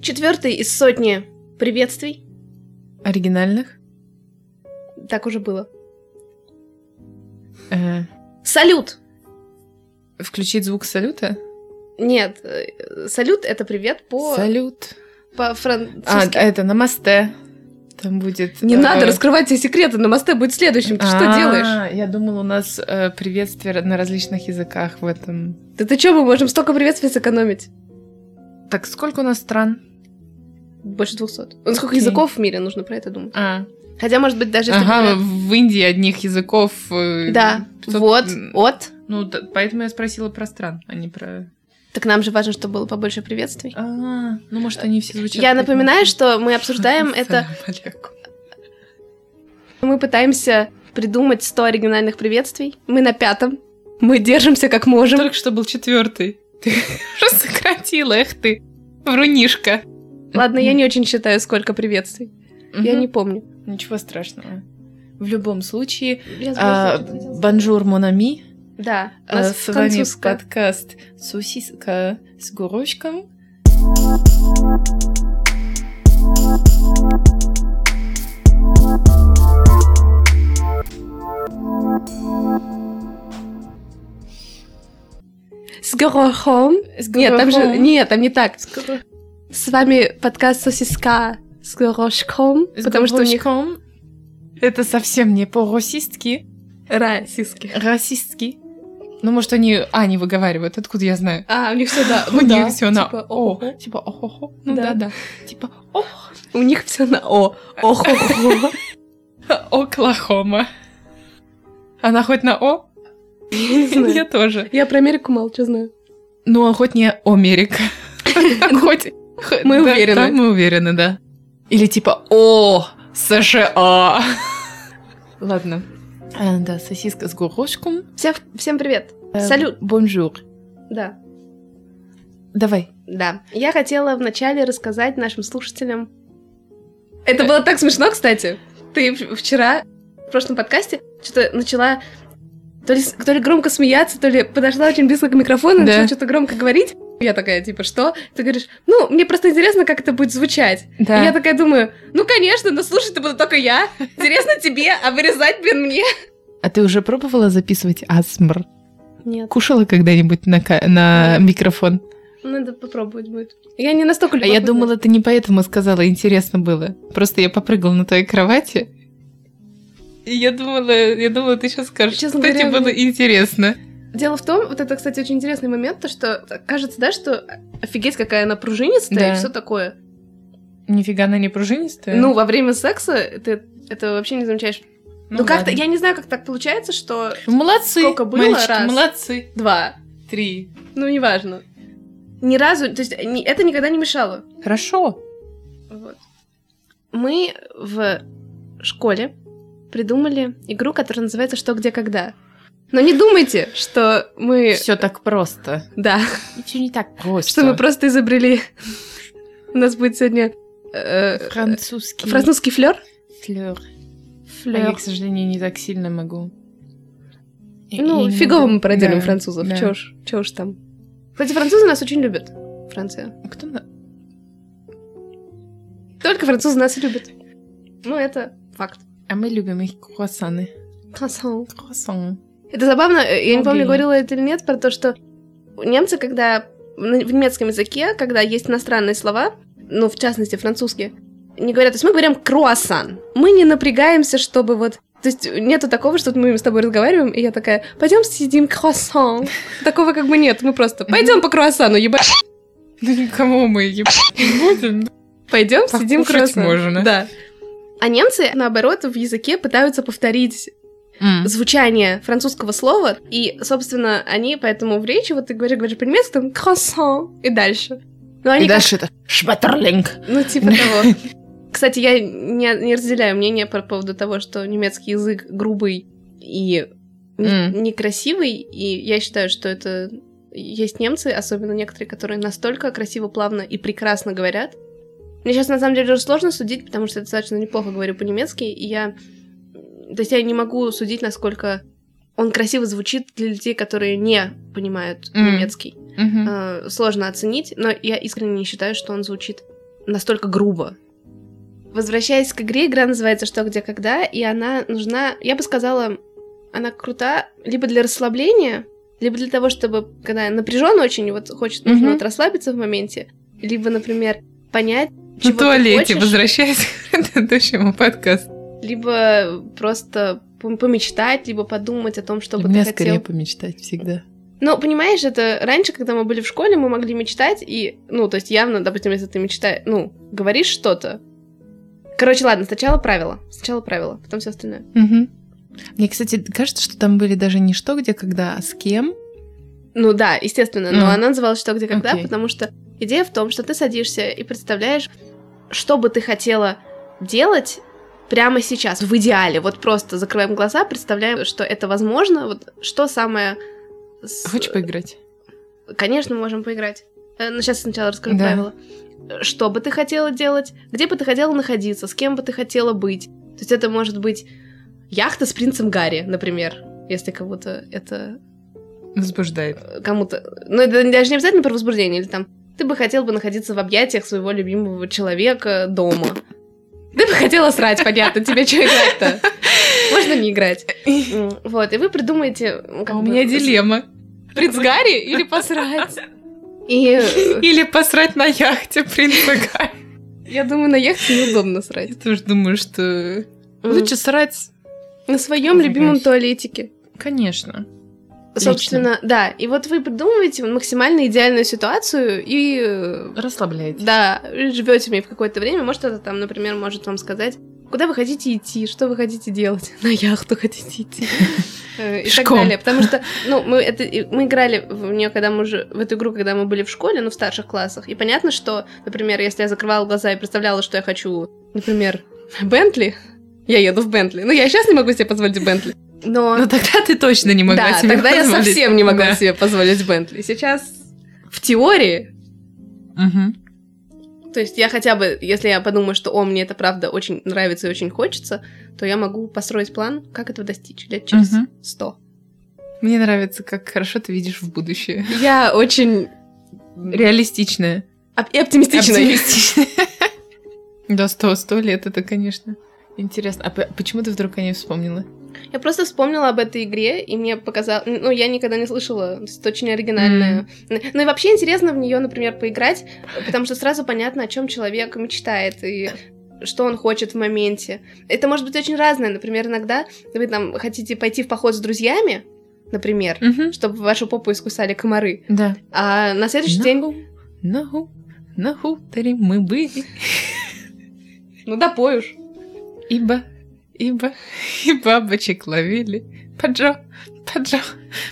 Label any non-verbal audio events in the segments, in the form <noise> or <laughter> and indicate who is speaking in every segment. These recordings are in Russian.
Speaker 1: Четвертый из сотни приветствий.
Speaker 2: Оригинальных?
Speaker 1: Так уже было.
Speaker 2: Э,
Speaker 1: Салют!
Speaker 2: включить звук салюта?
Speaker 1: Нет, э, салют — это привет по,
Speaker 2: Салют. А,
Speaker 1: французски
Speaker 2: это намасте. Там будет...
Speaker 1: Не
Speaker 2: э,
Speaker 1: надо раскрывать все секреты, на мосте будет следующим. Ты что
Speaker 2: а,
Speaker 1: делаешь?
Speaker 2: Я думала, у нас э, приветствия на различных языках в этом.
Speaker 1: Да ты чё, мы можем столько приветствий сэкономить?
Speaker 2: Так, сколько у нас стран?
Speaker 1: Больше 200. Ну, Сколько
Speaker 2: Окей.
Speaker 1: языков в мире, нужно про это думать.
Speaker 2: А,
Speaker 1: Хотя, может быть, даже если...
Speaker 2: ага, ну,
Speaker 1: бы-
Speaker 2: в Индии одних языков... э,
Speaker 1: Да,
Speaker 2: 500,
Speaker 1: вот,
Speaker 2: м,
Speaker 1: от.
Speaker 2: Ну, т- поэтому я спросила про стран, а не про...
Speaker 1: Так нам же важно, чтобы было побольше приветствий.
Speaker 2: А, ну, может, они все звучат...
Speaker 1: Я
Speaker 2: как-
Speaker 1: напоминаю, что мы
Speaker 2: <laughs>
Speaker 1: обсуждаем это...
Speaker 2: Салам алейкум.
Speaker 1: Мы пытаемся придумать 100 оригинальных приветствий. Мы на пятом. Мы держимся как можем.
Speaker 2: Только что был четвертый. <laughs> Ты уже сократила, эх ты, врунишка.
Speaker 1: Ладно, я не очень считаю, сколько приветствий. Я не помню.
Speaker 2: Ничего страшного. В любом случае,
Speaker 1: Я забыла, что
Speaker 2: а,
Speaker 1: я хотела сказать.
Speaker 2: бонжур, монами.
Speaker 1: Да, у
Speaker 2: А,
Speaker 1: нас
Speaker 2: С вами
Speaker 1: французская.
Speaker 2: подкаст «Сосиска с горошком».
Speaker 1: С горохом.
Speaker 2: С
Speaker 1: Нет, там же...
Speaker 2: горохом.
Speaker 1: Нет, там не так.
Speaker 2: С горо-
Speaker 1: С вами подкаст «Сосиска» с горошком,
Speaker 2: с
Speaker 1: потому что у них
Speaker 2: горошком. Это совсем не по-российски,
Speaker 1: российских.
Speaker 2: расистски. Ну, может, они «а» не выговаривают, откуда я знаю?
Speaker 1: А, у них все <laughs> да.
Speaker 2: У
Speaker 1: ну да,
Speaker 2: них все на
Speaker 1: типа,
Speaker 2: «о»,
Speaker 1: «Охо».
Speaker 2: типа «о-хо-хо». Ну
Speaker 1: Да.
Speaker 2: да-да, типа «ох»,
Speaker 1: У них все на о. Охо.
Speaker 2: «Оклахома». Она хоть на «о»?
Speaker 1: <laughs> Я не знаю.
Speaker 2: Я тоже.
Speaker 1: Я про Америку молчу знаю.
Speaker 2: Ну, а хоть не <laughs> Америка. Хоть... хоть-
Speaker 1: мы
Speaker 2: да,
Speaker 1: уверены.
Speaker 2: там Мы уверены, да. Или типа «О, США». Ладно. А, Да, сосиска с горошком.
Speaker 1: Всех- Всем привет.
Speaker 2: Э,
Speaker 1: Салют.
Speaker 2: Бонжур.
Speaker 1: Да.
Speaker 2: Давай.
Speaker 1: Да. Я хотела вначале рассказать нашим слушателям. Это было так смешно, кстати. Ты в- вчера в прошлом подкасте что-то начала то ли, с- то ли громко смеяться, то ли подошла очень близко к микрофону,
Speaker 2: Да.
Speaker 1: начала что-то громко говорить. Я такая, типа, что? Ты говоришь, ну, мне просто интересно, как это будет звучать. И я такая думаю, ну, конечно, но слушать-то буду только я. Интересно тебе, а вырезать, блин, мне?
Speaker 2: А ты уже пробовала записывать асмр?
Speaker 1: Нет,
Speaker 2: Кушала когда-нибудь на, ка- на микрофон?
Speaker 1: надо попробовать будет. Я не настолько
Speaker 2: А я
Speaker 1: любопытна.
Speaker 2: думала, ты не поэтому сказала, интересно было. Просто я попрыгала на твоей кровати. И я думала, я думала, ты сейчас скажешь,
Speaker 1: Честно
Speaker 2: что тебе
Speaker 1: говоря,
Speaker 2: было интересно.
Speaker 1: Дело в том, вот это, кстати, очень интересный момент, то что кажется, да, что офигеть, какая она пружинистая
Speaker 2: Да.
Speaker 1: и все такое.
Speaker 2: Нифига она не пружинистая?
Speaker 1: Ну, во время секса ты это вообще не замечаешь. Ну, как-то,
Speaker 2: ладно.
Speaker 1: я не знаю, как так получается, что
Speaker 2: Молодцы,
Speaker 1: Сколько было?
Speaker 2: мальчики,
Speaker 1: Раз.
Speaker 2: молодцы.
Speaker 1: два,
Speaker 2: Три.
Speaker 1: ну, неважно. Ни разу, то есть ни- это никогда не мешало.
Speaker 2: Хорошо.
Speaker 1: Вот. Мы в школе придумали игру, которая называется «Что, где, когда». Но не думайте, что мы...
Speaker 2: Все так просто.
Speaker 1: Да,
Speaker 2: Э, Ничего не так просто.
Speaker 1: что мы просто изобрели... У нас будет сегодня... э,
Speaker 2: Французский
Speaker 1: Французский флер?
Speaker 2: флёр. А я, к сожалению, не так сильно могу. Я- я
Speaker 1: Ну,
Speaker 2: не
Speaker 1: фигово
Speaker 2: могу.
Speaker 1: мы проделаем
Speaker 2: Да,
Speaker 1: французов.
Speaker 2: да.
Speaker 1: Чё уж, чё уж там. Кстати, французы нас очень любят. Франция.
Speaker 2: Кто на-
Speaker 1: Только французы нас и любят. Ну, это факт.
Speaker 2: А мы любим их круассаны.
Speaker 1: Круассан.
Speaker 2: Круассан.
Speaker 1: Это забавно. э, Я не помню,
Speaker 2: Обидно.
Speaker 1: говорила это или нет, про то, что немцы, когда на- в немецком языке, когда есть иностранные слова, ну, в частности, французские, не говорят, то есть мы говорим круассан. Мы не напрягаемся, чтобы вот... То есть нету такого, что вот мы с тобой разговариваем, и я такая, пойдем съедим круассан. Такого как бы нет, мы просто пойдем по круассану, ебать.
Speaker 2: Ну, никому мы ебать не будем.
Speaker 1: Пойдем,
Speaker 2: Покушать
Speaker 1: сидим круассан.
Speaker 2: можно.
Speaker 1: Да. А немцы, наоборот, в языке пытаются повторить
Speaker 2: М.
Speaker 1: звучание французского слова, и, собственно, они поэтому в речи, вот ты говоришь, говоришь по-немецки, там «кроссant» и дальше. Ну, они
Speaker 2: И дальше это шбаттерлинг.
Speaker 1: как- ну,
Speaker 2: <laughs>
Speaker 1: типа того. Кстати, я не, не разделяю мнение по поводу того, что немецкий язык грубый и не-
Speaker 2: М.
Speaker 1: некрасивый, и я считаю, что это есть немцы, особенно некоторые, которые настолько красиво, плавно и прекрасно говорят. Мне сейчас на самом деле уже сложно судить, потому что я достаточно неплохо говорю по-немецки, и я... То есть я не могу судить, насколько он красиво звучит для людей, которые не понимают
Speaker 2: М.
Speaker 1: немецкий.
Speaker 2: Мгм.
Speaker 1: Э, сложно оценить, но я искренне не считаю, что он звучит настолько грубо. Возвращаясь к игре, игра называется «Что, где, когда», и она нужна, я бы сказала, она крута либо для расслабления, либо для того, чтобы, когда напряжен очень, и вот хочет, нужно
Speaker 2: Мгм.
Speaker 1: вот расслабиться в моменте, либо, например, понять, чего
Speaker 2: В туалете
Speaker 1: ты хочешь,
Speaker 2: возвращаясь <laughs> к предыдущему подкасту.
Speaker 1: либо просто пом- помечтать, либо подумать о том, что бы
Speaker 2: Мне
Speaker 1: ты
Speaker 2: скорее
Speaker 1: хотел.
Speaker 2: помечтать всегда.
Speaker 1: Ну, понимаешь, это раньше, когда мы были в школе, мы могли мечтать, и, ну, то есть явно, допустим, если ты мечтаешь, ну, говоришь что-то. Короче, ладно, сначала правила. Сначала правила, потом все остальное.
Speaker 2: Мгм. Мне, кстати, кажется, что там были даже не что, где, когда, а с кем.
Speaker 1: Ну да, естественно, но
Speaker 2: Мгм.
Speaker 1: она называлась «Что, где, когда»,
Speaker 2: Окей.
Speaker 1: потому что идея в том, что ты садишься и представляешь, что бы ты хотела делать прямо сейчас, в идеале. Вот просто закрываем глаза, представляем, что это возможно, вот что самое... с-
Speaker 2: Хочешь поиграть?
Speaker 1: Конечно, мы можем поиграть. Э, Но сейчас сначала расскажу
Speaker 2: Да.
Speaker 1: правила. Э, Что бы ты хотела делать? Где бы ты хотела находиться? С кем бы ты хотела быть? То есть это может быть яхта с принцем Гарри, например. Если кого-то это
Speaker 2: Возбуждает.
Speaker 1: э, кому-то. Ну, это даже не обязательно про возбуждение, или там ты бы хотел бы находиться в объятиях своего любимого человека дома. Ты бы хотела срать, понятно, тебе что играть-то? Можно не играть. М, Вот, и вы придумаете... м, как
Speaker 2: А у
Speaker 1: бы,
Speaker 2: меня дилемма. Принц Гарри или посрать?
Speaker 1: И э,
Speaker 2: <laughs> Или посрать на яхте принца Гарри.
Speaker 1: я думаю, на яхте неудобно срать.
Speaker 2: Я тоже думаю, что...
Speaker 1: М.
Speaker 2: Лучше срать,
Speaker 1: На своем любимом
Speaker 2: Заикаюсь.
Speaker 1: туалетике.
Speaker 2: конечно. Лично.
Speaker 1: Собственно, да. И вот вы придумываете максимально идеальную ситуацию и э,
Speaker 2: Расслабляйтесь.
Speaker 1: да, живете в ней в какое-то время. Может, это там, например, может вам сказать, куда вы хотите идти, что вы хотите делать, <laughs> на яхту хотите идти.
Speaker 2: <laughs>
Speaker 1: э, И так
Speaker 2: Пешком.
Speaker 1: далее. Потому что, ну, мы, это, и мы играли в нее, когда мы уже, в эту игру, когда мы были в школе, ну, в старших классах. И понятно, что, например, если я закрывала глаза и представляла, что я хочу, например, Бентли, <laughs> я еду в Бентли. Ну, я сейчас не могу себе позволить Бентли. Но...
Speaker 2: Ну тогда ты точно не могла
Speaker 1: да,
Speaker 2: себе
Speaker 1: тогда я
Speaker 2: позволить.
Speaker 1: совсем не могла
Speaker 2: Да.
Speaker 1: себе позволить Бентли. Сейчас в теории,
Speaker 2: Мгм.
Speaker 1: то есть я хотя бы, если я подумаю, что о, мне это правда очень нравится и очень хочется, то я могу построить план, как этого достичь лет через
Speaker 2: Мгм.
Speaker 1: сто.
Speaker 2: Мне нравится, как хорошо ты видишь в будущее.
Speaker 1: Я очень
Speaker 2: Реалистичное.
Speaker 1: оп- и оптимистичная.
Speaker 2: <laughs> Оптимистичное. Да, сто, сто лет это, конечно. Интересно. А п- почему ты вдруг о ней вспомнила?
Speaker 1: Я просто вспомнила об этой игре, и мне показалось... Ну, я никогда не слышала, то есть это очень оригинальная. Ну и вообще интересно в нее, например, поиграть, потому что сразу понятно, о чем человек мечтает и что он хочет в моменте. Это может быть очень разное. Например, иногда вы там хотите пойти в поход с друзьями, например,
Speaker 2: Мгм.
Speaker 1: чтобы вашу попу искусали комары.
Speaker 2: Да.
Speaker 1: А на следующий день,
Speaker 2: Наху, наху, на хуторе мы были.
Speaker 1: ну, допоешь.
Speaker 2: Ибо, ибо, <laughs> и бабочек ловили. Поджо, поджо,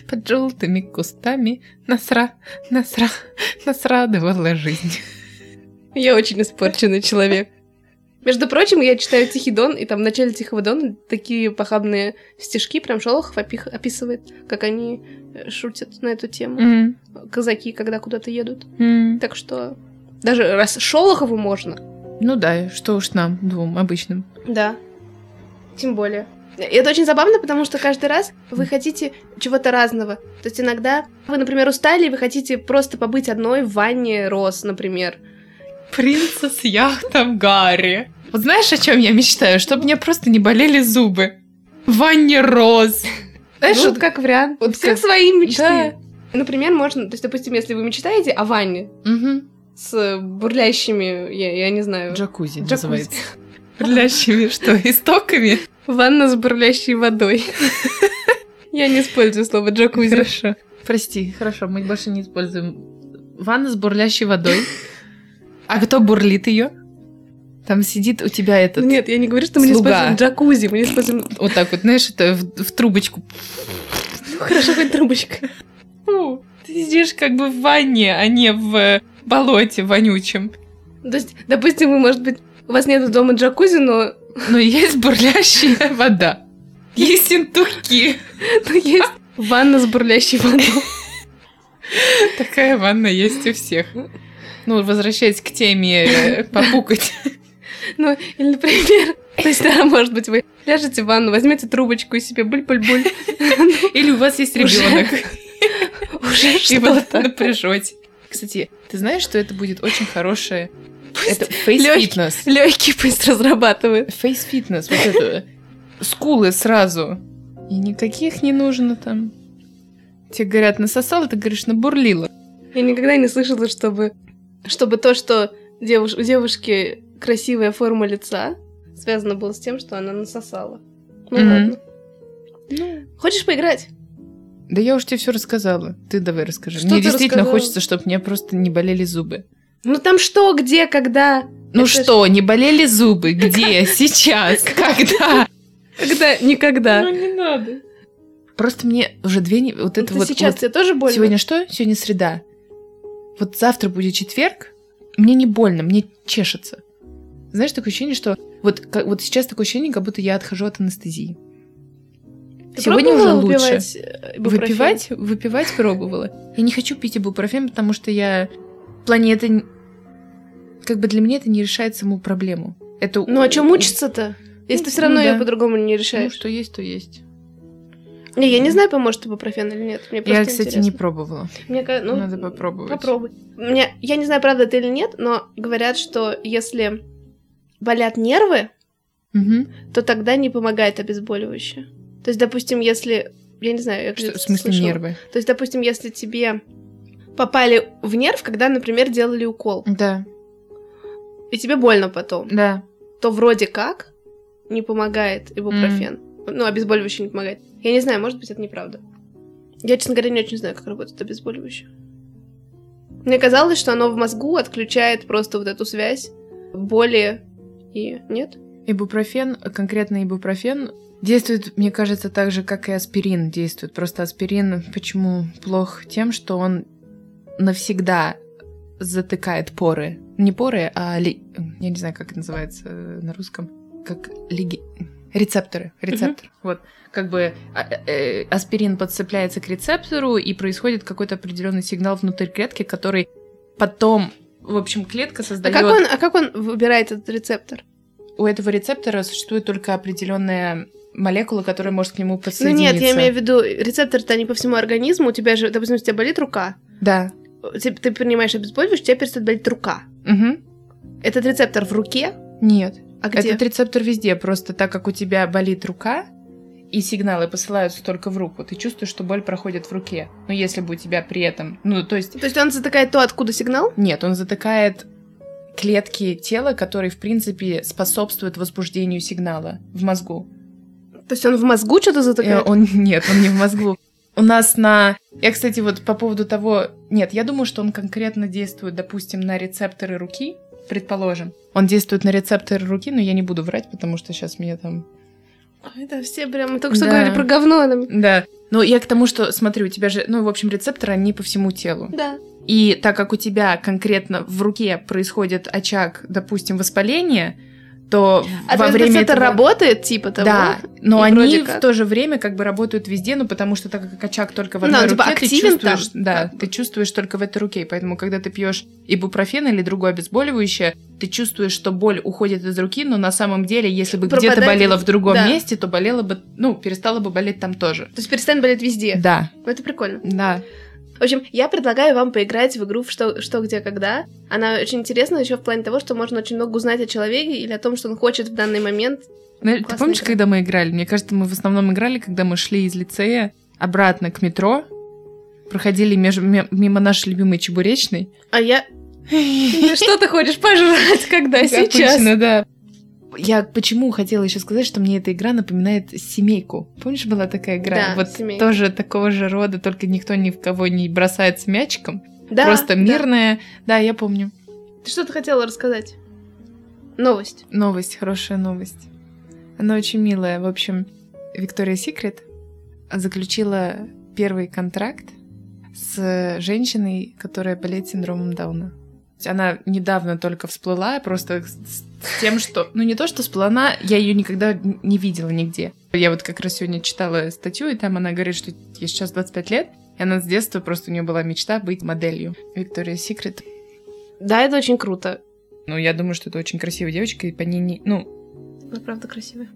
Speaker 2: под желтыми кустами. Насра, насра, <laughs> нас радовала жизнь. <laughs>
Speaker 1: Я очень испорченный человек. Между прочим, я читаю Тихий Дон, и там в начале Тихого Дона такие похабные стишки, прям Шолохов опих- описывает, как они э, шутят на эту тему.
Speaker 2: М,
Speaker 1: Казаки, когда куда-то едут.
Speaker 2: м.
Speaker 1: Так что даже раз Шолохову можно.
Speaker 2: Ну да, что уж нам, двум обычным.
Speaker 1: Да. Тем более. И Это очень забавно, потому что каждый раз вы хотите чего-то разного. То есть иногда вы, например, устали, и вы хотите просто побыть одной в ванне роз, например.
Speaker 2: Принца с яхтом Гарри. Вот знаешь, о чем я мечтаю? Чтобы мне просто не болели зубы. В ванне роз. Знаешь,
Speaker 1: Ну,
Speaker 2: вот как вариант.
Speaker 1: У
Speaker 2: Вот
Speaker 1: всех
Speaker 2: как...
Speaker 1: свои мечты.
Speaker 2: Да.
Speaker 1: Например, можно, то есть, допустим, если вы мечтаете о ванне
Speaker 2: Мгм.
Speaker 1: с бурлящими, я, я не знаю,
Speaker 2: Э,
Speaker 1: <laughs>
Speaker 2: Джакузи,
Speaker 1: Джакузи.
Speaker 2: называется. Бурлящими что, истоками?
Speaker 1: ванна с бурлящей водой. <laughs> Я не использую слово джакузи.
Speaker 2: Хорошо. Прости, хорошо, мы больше не используем. Ванна с бурлящей водой. А кто бурлит ее? Там сидит у тебя этот...
Speaker 1: Нет, я не говорю, что мы не
Speaker 2: Слуга.
Speaker 1: используем джакузи, мы не
Speaker 2: <laughs>
Speaker 1: используем...
Speaker 2: Вот так вот, знаешь, это в, в трубочку.
Speaker 1: Ну, хорошо, хоть трубочка.
Speaker 2: Фу, Ты сидишь как бы в ванне, а не в э, болоте вонючем.
Speaker 1: То есть, допустим, вы, может быть, у вас нет дома джакузи, но
Speaker 2: Но есть бурлящая вода. Есть синтухи.
Speaker 1: но есть ванна с бурлящей водой.
Speaker 2: Такая ванна есть у всех. Ну, возвращаясь к теме э, попукать.
Speaker 1: Ну, или, например, то есть, да, может быть, вы ляжете в ванну, возьмете трубочку и себе буль-буль-буль.
Speaker 2: Или у вас есть
Speaker 1: Уже.
Speaker 2: ребенок.
Speaker 1: <laughs> уже
Speaker 2: И
Speaker 1: что-то
Speaker 2: вот
Speaker 1: так.
Speaker 2: напряжете. Кстати, ты знаешь, что это будет очень хорошее... Это фейс-фитнес.
Speaker 1: Легкий пусть разрабатывает.
Speaker 2: Фейс-фитнес, вот это. Скулы сразу. И никаких не нужно там. Тебе говорят, насосала, ты говоришь, набурлила.
Speaker 1: Я никогда не слышала, чтобы, чтобы то, что девуш- у девушки красивая форма лица, связано было с тем, что она насосала. Ну
Speaker 2: Мгм.
Speaker 1: ладно. Ну, Хочешь поиграть?
Speaker 2: Да я уж тебе все рассказала. Ты давай расскажи.
Speaker 1: Что
Speaker 2: Мне
Speaker 1: ты
Speaker 2: действительно
Speaker 1: рассказала?
Speaker 2: хочется, чтобы мне просто не болели зубы.
Speaker 1: Ну там что, где, когда?
Speaker 2: Ну
Speaker 1: Это ж-
Speaker 2: что, не болели
Speaker 1: <laughs>
Speaker 2: зубы? Где? Сейчас? Когда? Ну,
Speaker 1: Когда? Никогда.
Speaker 2: не надо. Просто мне уже две... не- Вот это
Speaker 1: Это
Speaker 2: вот...
Speaker 1: сейчас
Speaker 2: вот
Speaker 1: тебе тоже больно?
Speaker 2: Сегодня что? Сегодня среда. Вот завтра будет четверг. Мне не больно, мне чешется. Знаешь, такое ощущение, что... Вот, ка- вот сейчас такое ощущение, как будто я отхожу от анестезии.
Speaker 1: Ты
Speaker 2: сегодня уже
Speaker 1: пробовала
Speaker 2: лучше.
Speaker 1: выпивать, э, бупрофен?
Speaker 2: Выпивать? Выпивать пробовала. Я не хочу пить ибупрофен, потому что я... В плане это... н- Как бы для меня это не решает саму проблему. Это...
Speaker 1: Ну а что мучиться-то? Если
Speaker 2: Ну,
Speaker 1: ты все равно
Speaker 2: ну
Speaker 1: ее
Speaker 2: да.
Speaker 1: по-другому не
Speaker 2: Ну,
Speaker 1: решаешь.
Speaker 2: что есть, то есть.
Speaker 1: Не, я не знаю, поможет ибупрофен или нет. Мне просто
Speaker 2: Ну я, кстати,
Speaker 1: интересно.
Speaker 2: не пробовала.
Speaker 1: Мне ка- ну,
Speaker 2: Надо попробовать.
Speaker 1: Попробуй. Мне, я не знаю, правда это или нет, но говорят, что если болят нервы,
Speaker 2: Мгм.
Speaker 1: то тогда не помогает обезболивающее. То есть, допустим, если... Я не знаю, я
Speaker 2: Что-
Speaker 1: где-то
Speaker 2: в смысле
Speaker 1: слышала.
Speaker 2: нервы?
Speaker 1: То есть, допустим, если тебе попали в нерв, когда, например, делали укол,
Speaker 2: Да,
Speaker 1: и тебе больно потом,
Speaker 2: да.
Speaker 1: то вроде как не помогает ибупрофен. Ну, обезболивающее не помогает. Я не знаю, может быть, это неправда. Я, честно говоря, не очень знаю, как работает обезболивающее. Мне казалось, что оно в мозгу отключает просто вот эту связь боли и... Нет?
Speaker 2: Ибупрофен, конкретно ибупрофен, действует, мне кажется, так же, как и аспирин действует. Просто аспирин почему плох тем, что он навсегда затыкает поры. Не поры, а... ли- Я не знаю, как это называется э, на русском. Как лиги... Рецепторы. Рецептор. Вот. Как бы а- э, аспирин подцепляется к рецептору, и происходит какой-то определенный сигнал внутрь клетки, который потом... В общем, клетка
Speaker 1: А
Speaker 2: создает
Speaker 1: как, он, а как он выбирает этот рецептор?
Speaker 2: у этого рецептора существует только определенная молекула, которая может к нему
Speaker 1: Ну
Speaker 2: подсоединиться.
Speaker 1: нет, я имею в виду, рецептор-то не по всему организму. У тебя же, допустим, у тебя болит рука.
Speaker 2: Да.
Speaker 1: Ты, ты принимаешь обезболивающее, у тебя перестает болеть рука.
Speaker 2: Мгм.
Speaker 1: Этот рецептор в руке?
Speaker 2: Нет.
Speaker 1: А где?
Speaker 2: Этот рецептор везде, просто так как у тебя болит рука, и сигналы посылаются только в руку, ты чувствуешь, что боль проходит в руке. Но если бы у тебя при этом... Ну, то есть...
Speaker 1: То есть он затыкает то, откуда сигнал?
Speaker 2: Нет, он затыкает клетки тела, которые, в принципе, способствуют возбуждению сигнала в мозгу.
Speaker 1: То есть он в мозгу что-то
Speaker 2: Э,
Speaker 1: затыкает?
Speaker 2: Он <laughs> нет, он не в мозгу. У нас на... Я, кстати, вот по поводу того... Нет, я думаю, что он конкретно действует, допустим, на рецепторы руки, предположим. Он действует на рецепторы руки, но я не буду врать, потому что сейчас меня там...
Speaker 1: Это все прям... Мы только что
Speaker 2: Да.
Speaker 1: говорили про говно. нам-
Speaker 2: Да. Ну, я к тому, что, смотри, у тебя же, ну, в общем, рецепторы, они по всему телу.
Speaker 1: Да.
Speaker 2: И так как у тебя конкретно в руке происходит очаг, допустим, воспаления, то
Speaker 1: А
Speaker 2: во
Speaker 1: то есть
Speaker 2: время
Speaker 1: это
Speaker 2: этого...
Speaker 1: работает, типа того?
Speaker 2: Да, но
Speaker 1: И
Speaker 2: они
Speaker 1: вроде
Speaker 2: в
Speaker 1: как.
Speaker 2: то же время как бы работают везде, ну потому что так как очаг только в
Speaker 1: Ну,
Speaker 2: одной
Speaker 1: он,
Speaker 2: руке,
Speaker 1: типа,
Speaker 2: ты
Speaker 1: активен там,
Speaker 2: чувствуешь, да,
Speaker 1: как бы.
Speaker 2: ты чувствуешь только в этой руке, и поэтому когда ты пьешь ибупрофен или другое обезболивающее, ты чувствуешь, что боль уходит из руки, но на самом деле, если бы где-то
Speaker 1: Пропадает-
Speaker 2: болела в другом
Speaker 1: да.
Speaker 2: месте, то болела бы, ну перестала бы болеть там тоже.
Speaker 1: То есть перестанет болеть везде.
Speaker 2: Да,
Speaker 1: Ну, Это прикольно.
Speaker 2: да.
Speaker 1: В общем, я предлагаю вам поиграть в игру в что, что, где, когда. Она очень интересна еще в плане того, что можно очень много узнать о человеке или о том, что он хочет в данный момент.
Speaker 2: Ну, ты
Speaker 1: Классная
Speaker 2: помнишь,
Speaker 1: игра.
Speaker 2: когда мы играли? Мне кажется, мы в основном играли, когда мы шли из лицея обратно к метро, проходили меж- ме- мимо нашей любимой чебуречной.
Speaker 1: А
Speaker 2: <laughs>
Speaker 1: я... Что ты хочешь пожрать, когда
Speaker 2: Как
Speaker 1: сейчас?
Speaker 2: обычно, да. А Я почему хотела еще сказать, что мне эта игра напоминает семейку. Помнишь, была такая игра?
Speaker 1: Да,
Speaker 2: вот
Speaker 1: «Семейка».
Speaker 2: тоже такого же рода, только никто ни в кого не бросается мячиком.
Speaker 1: Да, да.
Speaker 2: Просто мирная. Да, я помню.
Speaker 1: Ты что-то хотела рассказать? Новость.
Speaker 2: Новость, хорошая новость. Она очень милая. В общем, Виктория Секрет заключила первый контракт с женщиной, которая болеет синдромом Дауна. То есть Она недавно только всплыла, просто с- с тем, что... Ну, не то, что всплыла, она- я ее никогда н- не видела нигде. Я вот как раз сегодня читала статью, и там она говорит, что ей сейчас 25 лет, и она с детства просто у нее была мечта быть моделью. Виктория Секрет
Speaker 1: Да, это очень круто.
Speaker 2: ну, я думаю, что это очень красивая девочка, и по ней не... Ну,
Speaker 1: Она правда красивая.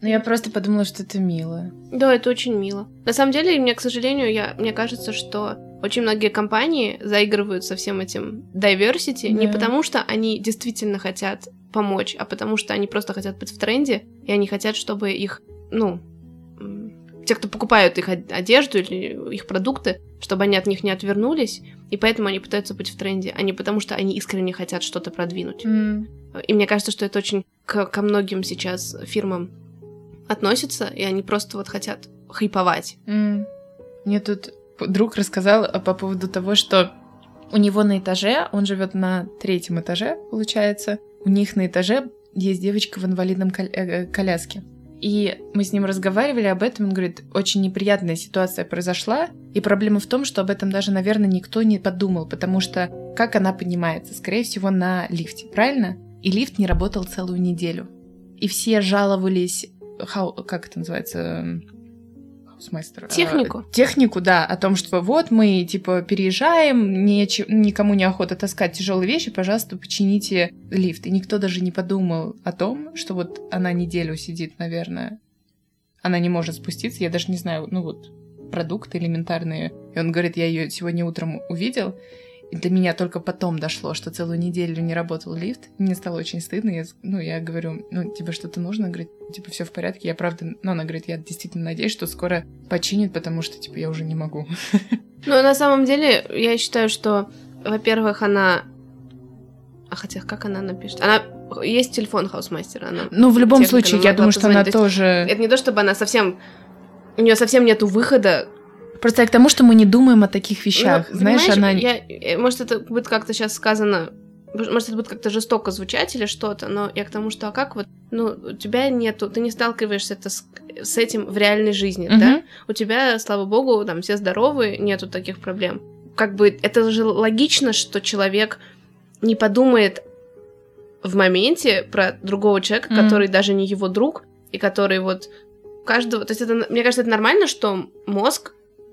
Speaker 2: Ну, я просто подумала, что это мило.
Speaker 1: Да, это очень мило. На самом деле, мне, к сожалению, я, мне кажется, что очень многие компании заигрывают со всем этим diversity не
Speaker 2: Да.
Speaker 1: потому, что они действительно хотят помочь, а потому что они просто хотят быть в тренде, и они хотят, чтобы их, ну, м, те, кто покупают их од- одежду или их продукты, чтобы они от них не отвернулись, и поэтому они пытаются быть в тренде, а не потому, что они искренне хотят что-то продвинуть. И мне кажется, что это очень к- ко многим сейчас фирмам относится, и они просто вот хотят хайповать.
Speaker 2: М. Мне тут п- друг рассказал а, по поводу того, что у него на этаже, он живет на третьем этаже, получается, у них на этаже есть девочка в инвалидном кол- э, э, коляске. И мы с ним разговаривали об этом, он говорит, очень неприятная ситуация произошла, и проблема в том, что об этом даже, наверное, никто не подумал, потому что как она поднимается? Скорее всего, на лифте, правильно? И лифт не работал целую неделю. И все жаловались, хау- как это называется, эм, хаусмейстер, э,
Speaker 1: Технику.
Speaker 2: технику, да, о том, что вот мы, типа, переезжаем, нече- никому не охота таскать тяжелые вещи, пожалуйста, почините лифт. И никто даже не подумал о том, что вот она неделю сидит, наверное, она не может спуститься, я даже не знаю, ну вот, продукты элементарные. И он говорит, я ее сегодня утром увидел, и до меня только потом дошло, что целую неделю не работал лифт. Мне стало очень стыдно. Я, с- ну, я говорю, ну, тебе что-то нужно? Говорит, типа, все в порядке. Я правда... Ну, она говорит, я действительно надеюсь, что скоро починят, потому что, типа, я уже не могу.
Speaker 1: Но Ну, на самом деле, я считаю, что, во-первых, она... А хотя, как она напишет? Она... Есть телефон хаусмастера, она...
Speaker 2: Ну, в любом
Speaker 1: Техника,
Speaker 2: случае,
Speaker 1: ну,
Speaker 2: я
Speaker 1: могла
Speaker 2: думаю, что она
Speaker 1: позвонить.
Speaker 2: тоже...
Speaker 1: Это не то, чтобы она совсем... У нее совсем нету выхода.
Speaker 2: Просто я к тому, что мы не думаем о таких вещах.
Speaker 1: Ну,
Speaker 2: Знаешь,
Speaker 1: понимаешь,
Speaker 2: она... не-
Speaker 1: я- э, Может, это будет как-то сейчас сказано... Может, это будет как-то жестоко звучать или что-то, но я к тому, что а как вот... Ну, у тебя нету... Ты не сталкиваешься это с, с этим в реальной жизни, да?
Speaker 2: Мгм.
Speaker 1: у тебя, слава богу, там все здоровы, нету таких проблем. Как бы это же логично, что человек не подумает в моменте про другого человека,
Speaker 2: Мгм.
Speaker 1: который даже не его друг, и который вот каждого... То есть это, мне кажется, это нормально, что мозг...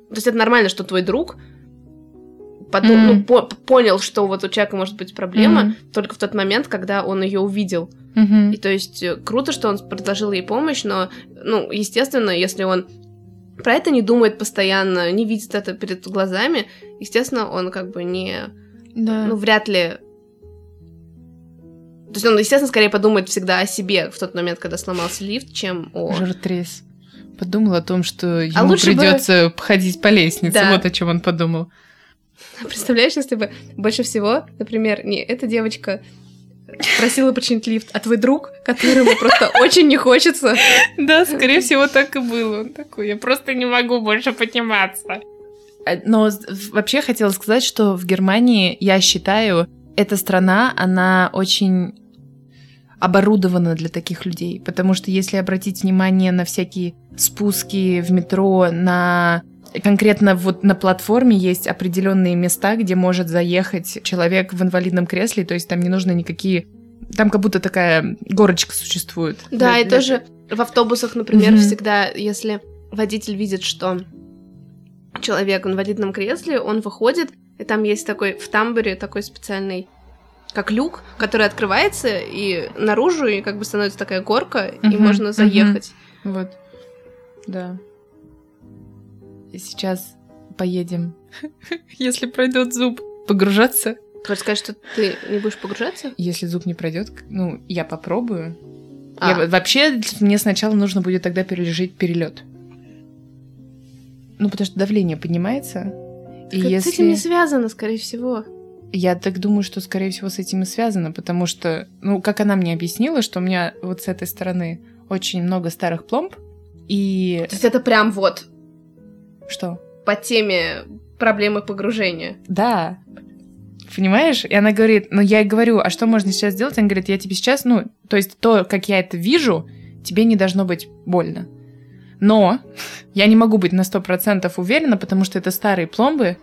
Speaker 1: То есть это нормально, что твой друг подум-
Speaker 2: Мгм.
Speaker 1: ну, по- понял, что вот у человека может быть проблема
Speaker 2: Мгм.
Speaker 1: только в тот момент, когда он ее увидел.
Speaker 2: Мгм.
Speaker 1: И то есть э, круто, что он предложил ей помощь, но, ну, естественно, если он про это не думает постоянно, не видит это перед глазами, естественно, он как бы не,
Speaker 2: Да.
Speaker 1: ну, вряд ли... То есть он, естественно, скорее подумает всегда о себе в тот момент, когда сломался лифт, чем о...
Speaker 2: Жиртрес. Подумал о том, что ему
Speaker 1: лучше бы-
Speaker 2: придется ходить по лестнице.
Speaker 1: Да.
Speaker 2: Вот о чем он подумал.
Speaker 1: <laughs> Представляешь, если бы больше всего, например, не эта девочка просила починить лифт, а твой друг, которому просто <laughs> очень не хочется
Speaker 2: <laughs> Да, скорее всего, так и было. Он такой, я просто не могу больше подниматься. Э, Но с- вообще хотела сказать, что в Германии, я считаю, эта страна, она очень оборудована для таких людей. Потому что если обратить внимание на всякие спуски в метро, на конкретно вот на платформе есть определенные места, где может заехать человек в инвалидном кресле, то есть там не нужно никакие... Там как будто такая горочка существует.
Speaker 1: Да,
Speaker 2: для-
Speaker 1: и
Speaker 2: для-
Speaker 1: тоже в автобусах, например,
Speaker 2: Мгм.
Speaker 1: всегда, если водитель видит, что человек в инвалидном кресле, он выходит, и там есть такой в тамбуре такой специальный как люк, который открывается и наружу, и как бы становится такая горка, и
Speaker 2: Мгм,
Speaker 1: можно
Speaker 2: мгм.
Speaker 1: заехать.
Speaker 2: Вот. Да. И сейчас поедем. <laughs> Если пройдет зуб. Погружаться.
Speaker 1: Хочешь сказать, что ты не будешь погружаться?
Speaker 2: Если зуб не пройдет, к- ну, я попробую.
Speaker 1: А.
Speaker 2: Я в- вообще, мне сначала нужно будет тогда пережить перелет. Ну, потому что давление поднимается. И
Speaker 1: Так это
Speaker 2: если...
Speaker 1: С этим не связано, скорее всего.
Speaker 2: Я так думаю, что, скорее всего, с этим и связано, потому что, ну, как она мне объяснила, что у меня вот с этой стороны очень много старых пломб, и...
Speaker 1: То есть это прям вот
Speaker 2: Что?
Speaker 1: по теме проблемы погружения.
Speaker 2: Да. Понимаешь? И она говорит, ну я и говорю, а что можно сейчас сделать? Она говорит, я тебе сейчас, ну, то есть то, как я это вижу, тебе не должно быть больно. Но <laughs> я не могу быть на 100% уверена, потому что это старые пломбы.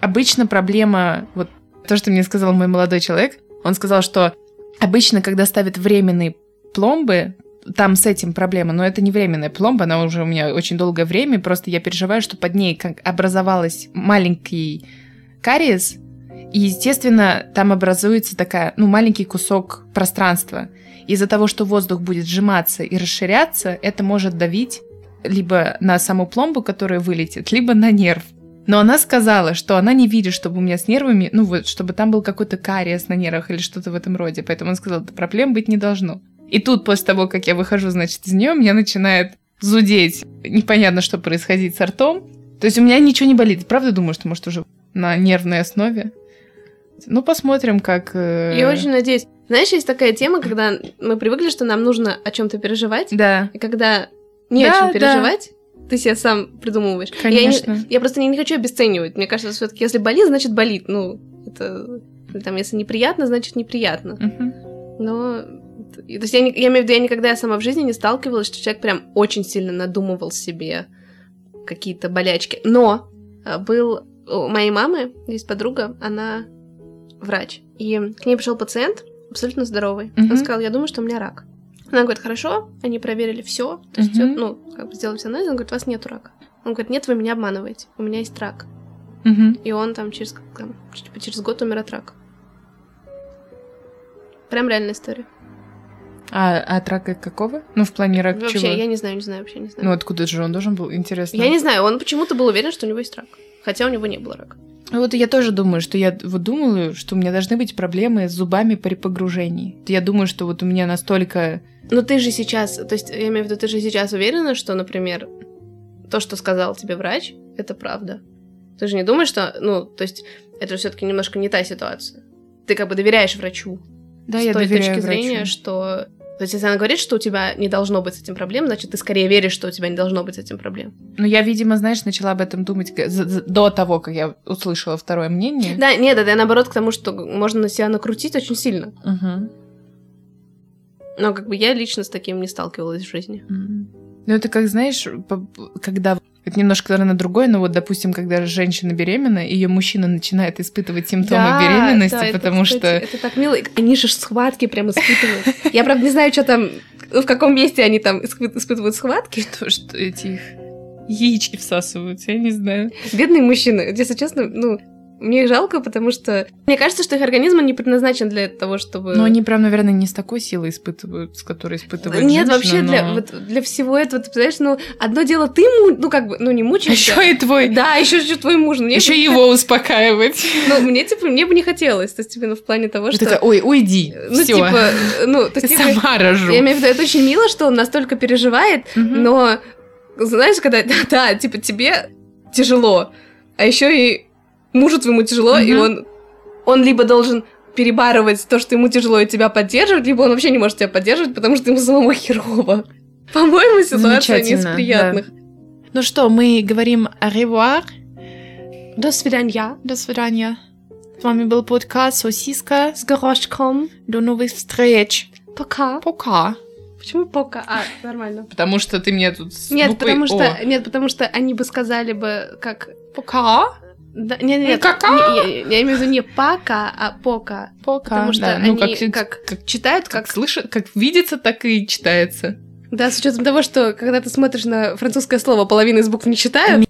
Speaker 2: Обычно проблема, вот то, что мне сказал мой молодой человек, он сказал, что обычно, когда ставят временные пломбы, там с этим проблема, но это не временная пломба, она уже у меня очень долгое время, просто я переживаю, что под ней как образовалась маленький кариес, И, естественно, там образуется такая, ну, маленький кусок пространства. Из-за того, что воздух будет сжиматься и расширяться, это может давить либо на саму пломбу, которая вылетит, либо на нерв. Но она сказала, что она не видит, чтобы у меня с нервами, ну вот, чтобы там был какой-то кариес на нервах или что-то в этом роде. Поэтому она сказала, что проблем быть не должно. И тут, после того, как я выхожу, значит, из нее, меня начинает зудеть. Непонятно, что происходить с ртом. То есть у меня ничего не болит. Правда думаю, что, может, уже на нервной основе. Ну, посмотрим, как... э,
Speaker 1: Я очень надеюсь. Знаешь, есть такая тема, когда мы привыкли, что нам нужно о чем-то переживать.
Speaker 2: Да.
Speaker 1: И когда не
Speaker 2: Да,
Speaker 1: о чем
Speaker 2: да.
Speaker 1: переживать, ты себе сам придумываешь. Я не- Я,
Speaker 2: Конечно. все
Speaker 1: просто не, не хочу обесценивать. Мне кажется, все-таки если болит, значит болит. Ну, это там, если неприятно, значит неприятно. Но. и- То есть я, не- я имею в виду, я никогда сама в жизни не сталкивалась, что человек прям очень сильно надумывал себе какие-то болячки. Но э, был у моей мамы, есть подруга, она врач. И к ней пришел пациент, абсолютно здоровый. Он
Speaker 2: Мгм.
Speaker 1: сказал: Я думаю, что у меня рак. Она говорит, хорошо, они проверили все, то есть,
Speaker 2: Мгм.
Speaker 1: ну, как бы сделали все анализы, он говорит, у вас нет рака. Он говорит, нет, вы меня обманываете, у меня есть рак. И он там через, как там, типа, через год умер от рака. Прям реальная история.
Speaker 2: А от рака какого? Ну, в плане рака
Speaker 1: вообще,
Speaker 2: чего?
Speaker 1: я не знаю, не знаю, вообще не знаю.
Speaker 2: Ну, откуда же он должен был? Интересно.
Speaker 1: я не знаю, он почему-то был уверен, что у него есть рак. Хотя у него не было рака.
Speaker 2: Ну, Вот я тоже думаю, что я вот думаю, что у меня должны быть проблемы с зубами при погружении. Я думаю, что вот у меня настолько...
Speaker 1: Но ты же сейчас, то есть, я имею в виду, ты же сейчас уверена, что, например, то, что сказал тебе врач, это правда. Ты же не думаешь, что, ну, то есть, это все-таки немножко не та ситуация. Ты как бы доверяешь врачу.
Speaker 2: Да,
Speaker 1: с
Speaker 2: я
Speaker 1: той
Speaker 2: доверяю
Speaker 1: точки
Speaker 2: врачу.
Speaker 1: зрения, что... То есть, если она говорит, что у тебя не должно быть с этим проблем, значит, ты скорее веришь, что у тебя не должно быть с этим проблем.
Speaker 2: Но я, видимо, знаешь, начала об этом думать г- за- за- до того, как я услышала второе мнение.
Speaker 1: Да, нет, это я наоборот к тому, что г- можно на себя накрутить очень сильно.
Speaker 2: Мгм.
Speaker 1: Но как бы я лично с таким не сталкивалась в жизни.
Speaker 2: Мгм. Ну, это как, знаешь, по- когда... Это немножко, наверное, другое, но вот, допустим, когда женщина беременна, ее мужчина начинает испытывать симптомы
Speaker 1: Да,
Speaker 2: беременности,
Speaker 1: да, это,
Speaker 2: потому
Speaker 1: кстати,
Speaker 2: что...
Speaker 1: Это так мило. И Они же схватки прям испытывают. Я, правда, не знаю, что там... ну, В каком месте они там испы- испытывают схватки.
Speaker 2: Что, что эти их яички всасываются, я не знаю.
Speaker 1: Бедные мужчины. Если честно, ну... Мне их жалко, потому что... Мне кажется, что их организм он не предназначен для того, чтобы...
Speaker 2: Но Ну, они прям, наверное, не с такой силой испытывают, с которой испытывают
Speaker 1: Нет,
Speaker 2: женщина,
Speaker 1: вообще для,
Speaker 2: но- <laughs>
Speaker 1: вот для всего этого, ты понимаешь, ну, одно дело ты, му- ну, как бы, ну, не
Speaker 2: А
Speaker 1: мучаешься.
Speaker 2: еще и твой...
Speaker 1: Да, еще, еще твой муж. Ну, Мне,
Speaker 2: Еще его
Speaker 1: <laughs>
Speaker 2: успокаивать.
Speaker 1: ну, мне, типа, мне бы не хотелось, то есть, именно в плане того,
Speaker 2: Ты
Speaker 1: что...
Speaker 2: такая, ой, уйди,
Speaker 1: ну,
Speaker 2: все,
Speaker 1: типа, ну, то есть, я, имею-
Speaker 2: сама рожу.
Speaker 1: я имею Ну. в виду, это очень мило, что он настолько переживает,
Speaker 2: Мгм.
Speaker 1: но, знаешь, когда, <laughs> да, да, типа, тебе тяжело, а еще и мужу твоему тяжело, и
Speaker 2: Мгм.
Speaker 1: он, он либо должен перебарывать то, что ему тяжело и тебя поддерживать, либо он вообще не может тебя поддерживать, потому что ему самому <laughs> херово. По-моему, ситуация не из
Speaker 2: Замечательно,
Speaker 1: приятных.
Speaker 2: Ну что, мы говорим «Аревуар»,
Speaker 1: До свидания.
Speaker 2: до свидания. С вами был подкаст «Сосиска».
Speaker 1: С горошком.
Speaker 2: До новых встреч.
Speaker 1: Пока.
Speaker 2: Пока.
Speaker 1: Почему пока? А, нормально.
Speaker 2: Потому что ты мне тут с
Speaker 1: Нет,
Speaker 2: буквой
Speaker 1: потому
Speaker 2: «О».
Speaker 1: что, нет, потому что они бы сказали бы, как...
Speaker 2: Пока.
Speaker 1: Да, нет, нет,
Speaker 2: Кака?
Speaker 1: я, я имею в виду не пока, а пока.
Speaker 2: Пока.
Speaker 1: Потому что
Speaker 2: да.
Speaker 1: они
Speaker 2: ну, как,
Speaker 1: как,
Speaker 2: как-
Speaker 1: читают,
Speaker 2: как
Speaker 1: как...
Speaker 2: слышит, как видится, так и читается.
Speaker 1: Да, с учетом того, что когда ты смотришь на французское слово, половина из букв не читают.